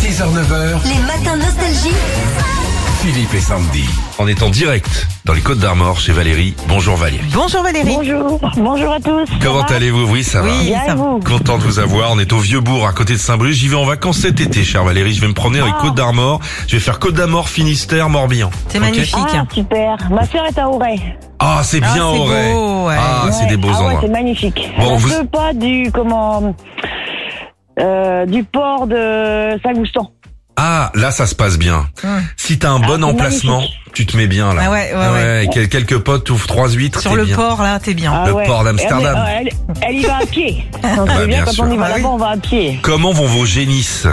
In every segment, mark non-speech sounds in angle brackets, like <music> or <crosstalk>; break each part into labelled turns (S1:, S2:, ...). S1: 6h-9h,
S2: Les matins nostalgiques.
S1: Philippe et Sandy.
S3: On est en direct dans les Côtes d'Armor chez Valérie. Bonjour Valérie.
S4: Bonjour Valérie.
S5: Bonjour, bonjour à tous.
S3: Comment
S5: Ça va
S3: allez-vous Oui, ça va.
S4: Oui.
S5: Bien
S4: Ça
S5: et
S4: va.
S5: vous
S3: Content de vous avoir. On est au Vieux-Bourg, à côté de Saint-Brieuc. J'y vais en vacances cet été, cher Valérie. Je vais me promener dans les
S5: Ah.
S3: Côtes d'Armor. Je vais faire Côtes d'Armor, Finistère, Morbihan.
S4: Oh. C'est
S3: Ok
S4: magnifique.
S5: Ah, super. Ma sœur est à Auray.
S3: Ah, c'est
S4: Ah,
S3: bien
S4: c'est
S3: Auray.
S4: beau, ouais.
S3: Ah, c'est
S5: Ouais.
S3: des beaux
S5: ah ouais,
S3: endroits.
S5: c'est magnifique.
S3: Bon,
S5: On ne
S3: vous-
S5: peut pas du comment euh, du port de Saint-Goustan.
S3: Ah, là, ça se passe bien.
S4: Hum.
S3: Si t'as un bon
S5: c'est
S3: emplacement, tu te mets bien là.
S4: Ah ouais, ouais,
S3: quel- Quelques potes ouvrent trois huîtres.
S4: Sur
S3: t'es
S4: le
S3: bien.
S4: port là, t'es bien.
S5: Ah
S3: Le
S5: ouais.
S3: port d'Amsterdam.
S5: Elle, elle- elle y va
S3: <laughs>
S5: à pied. Donc,
S3: Bah,
S5: c'est
S3: bien
S5: bien, quand
S3: sûr.
S5: on y va
S4: Ah oui.
S5: là-bas, on va à pied.
S3: Comment vont vos génisses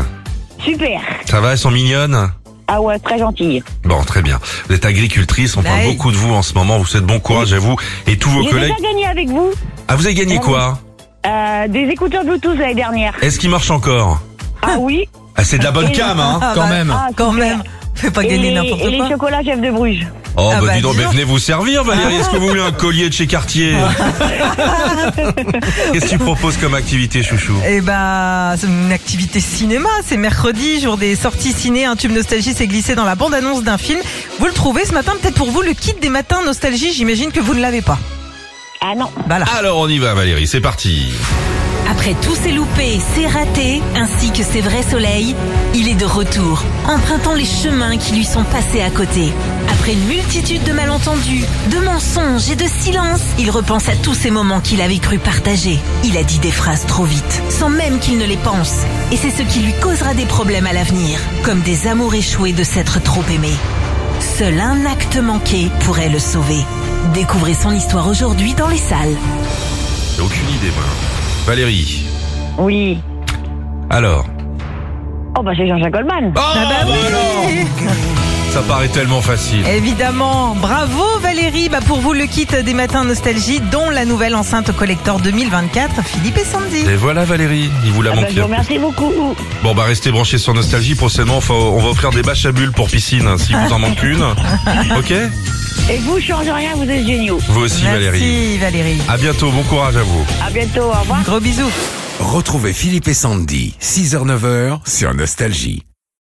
S5: Super.
S3: Ça va, elles sont mignonnes
S5: Ah ouais, très gentille.
S3: Bon, très bien. Vous êtes agricultrice, on parle
S4: Bah oui.
S3: beaucoup de vous en ce moment. Vous êtes bon courage à vous et tous vos
S5: J'ai
S3: collègues.
S5: déjà gagné avec vous
S3: Ah, vous avez gagné
S5: Ah
S3: quoi
S5: euh, des écouteurs Bluetooth l'année dernière.
S3: Est-ce qu'il marche encore <laughs>
S5: Ah oui.
S3: ah, C'est de la bonne
S5: Et-
S3: cam, hein,
S4: Ah,
S3: quand
S4: bah,
S3: même.
S5: Ah,
S4: Quand
S5: super.
S4: même. Fais pas
S5: Et
S4: gagner
S5: les, et
S4: n'importe
S5: les
S4: quoi.
S5: chocolats chef de Bruges.
S3: Oh,
S4: Ah,
S3: bah,
S4: bah,
S3: dis donc,
S4: dis
S3: mais
S4: donc.
S3: venez vous servir, Valérie. Est-ce que vous voulez un collier de chez Cartier Qu'est-ce que tu proposes comme activité, chouchou
S4: Eh ben, c'est une activité cinéma. C'est mercredi, jour des sorties ciné. Un tube nostalgie s'est glissé dans la bande-annonce d'un film. Vous le trouvez ce matin, peut-être pour vous, le kit des matins nostalgie. J'imagine que vous ne l'avez pas. Bah
S5: Ah non.
S4: Voilà.
S3: Alors, on y va, Valérie, c'est parti.
S2: Après tous ses loupés, ses ratés, ainsi que ses vrais soleils, il est de retour, empruntant les chemins qui lui sont passés à côté. Après une multitude de malentendus, de mensonges et de silences, il repense à tous ces moments qu'il avait cru partager. Il a dit des phrases trop vite, sans même qu'il ne les pense. Et c'est ce qui lui causera des problèmes à l'avenir, comme des amours échoués de s'être trop aimé. Seul un acte manqué pourrait le sauver. Découvrez son histoire aujourd'hui dans les salles.
S3: J'ai aucune idée, moi. Valérie,
S5: Oui.
S3: alors.
S5: Oh bah c'est Jean-Jacques Goldman.
S3: Oh, bah alors Ça paraît tellement facile.
S4: Évidemment, bravo Valérie. Bah pour vous le kit des matins nostalgie, dont la nouvelle enceinte collector 2024, Philippe et Sandy.
S3: Et voilà Valérie, il vous l'a
S5: Ah bah,
S3: manqué.
S5: je vous remercie beaucoup.
S3: Bon bah restez branchés sur Nostalgie, prochainement faut- on va offrir des bâches à bulles pour piscine hein, si vous en manque une. Ok
S5: Et vous, changez rien, vous êtes géniaux.
S3: Vous aussi Valérie.
S4: Merci Valérie.
S3: À bientôt, bon courage à vous.
S5: À bientôt, au revoir.
S4: Gros bisous.
S1: Retrouvez Philippe et Sandy, 6h-9h sur Nostalgie.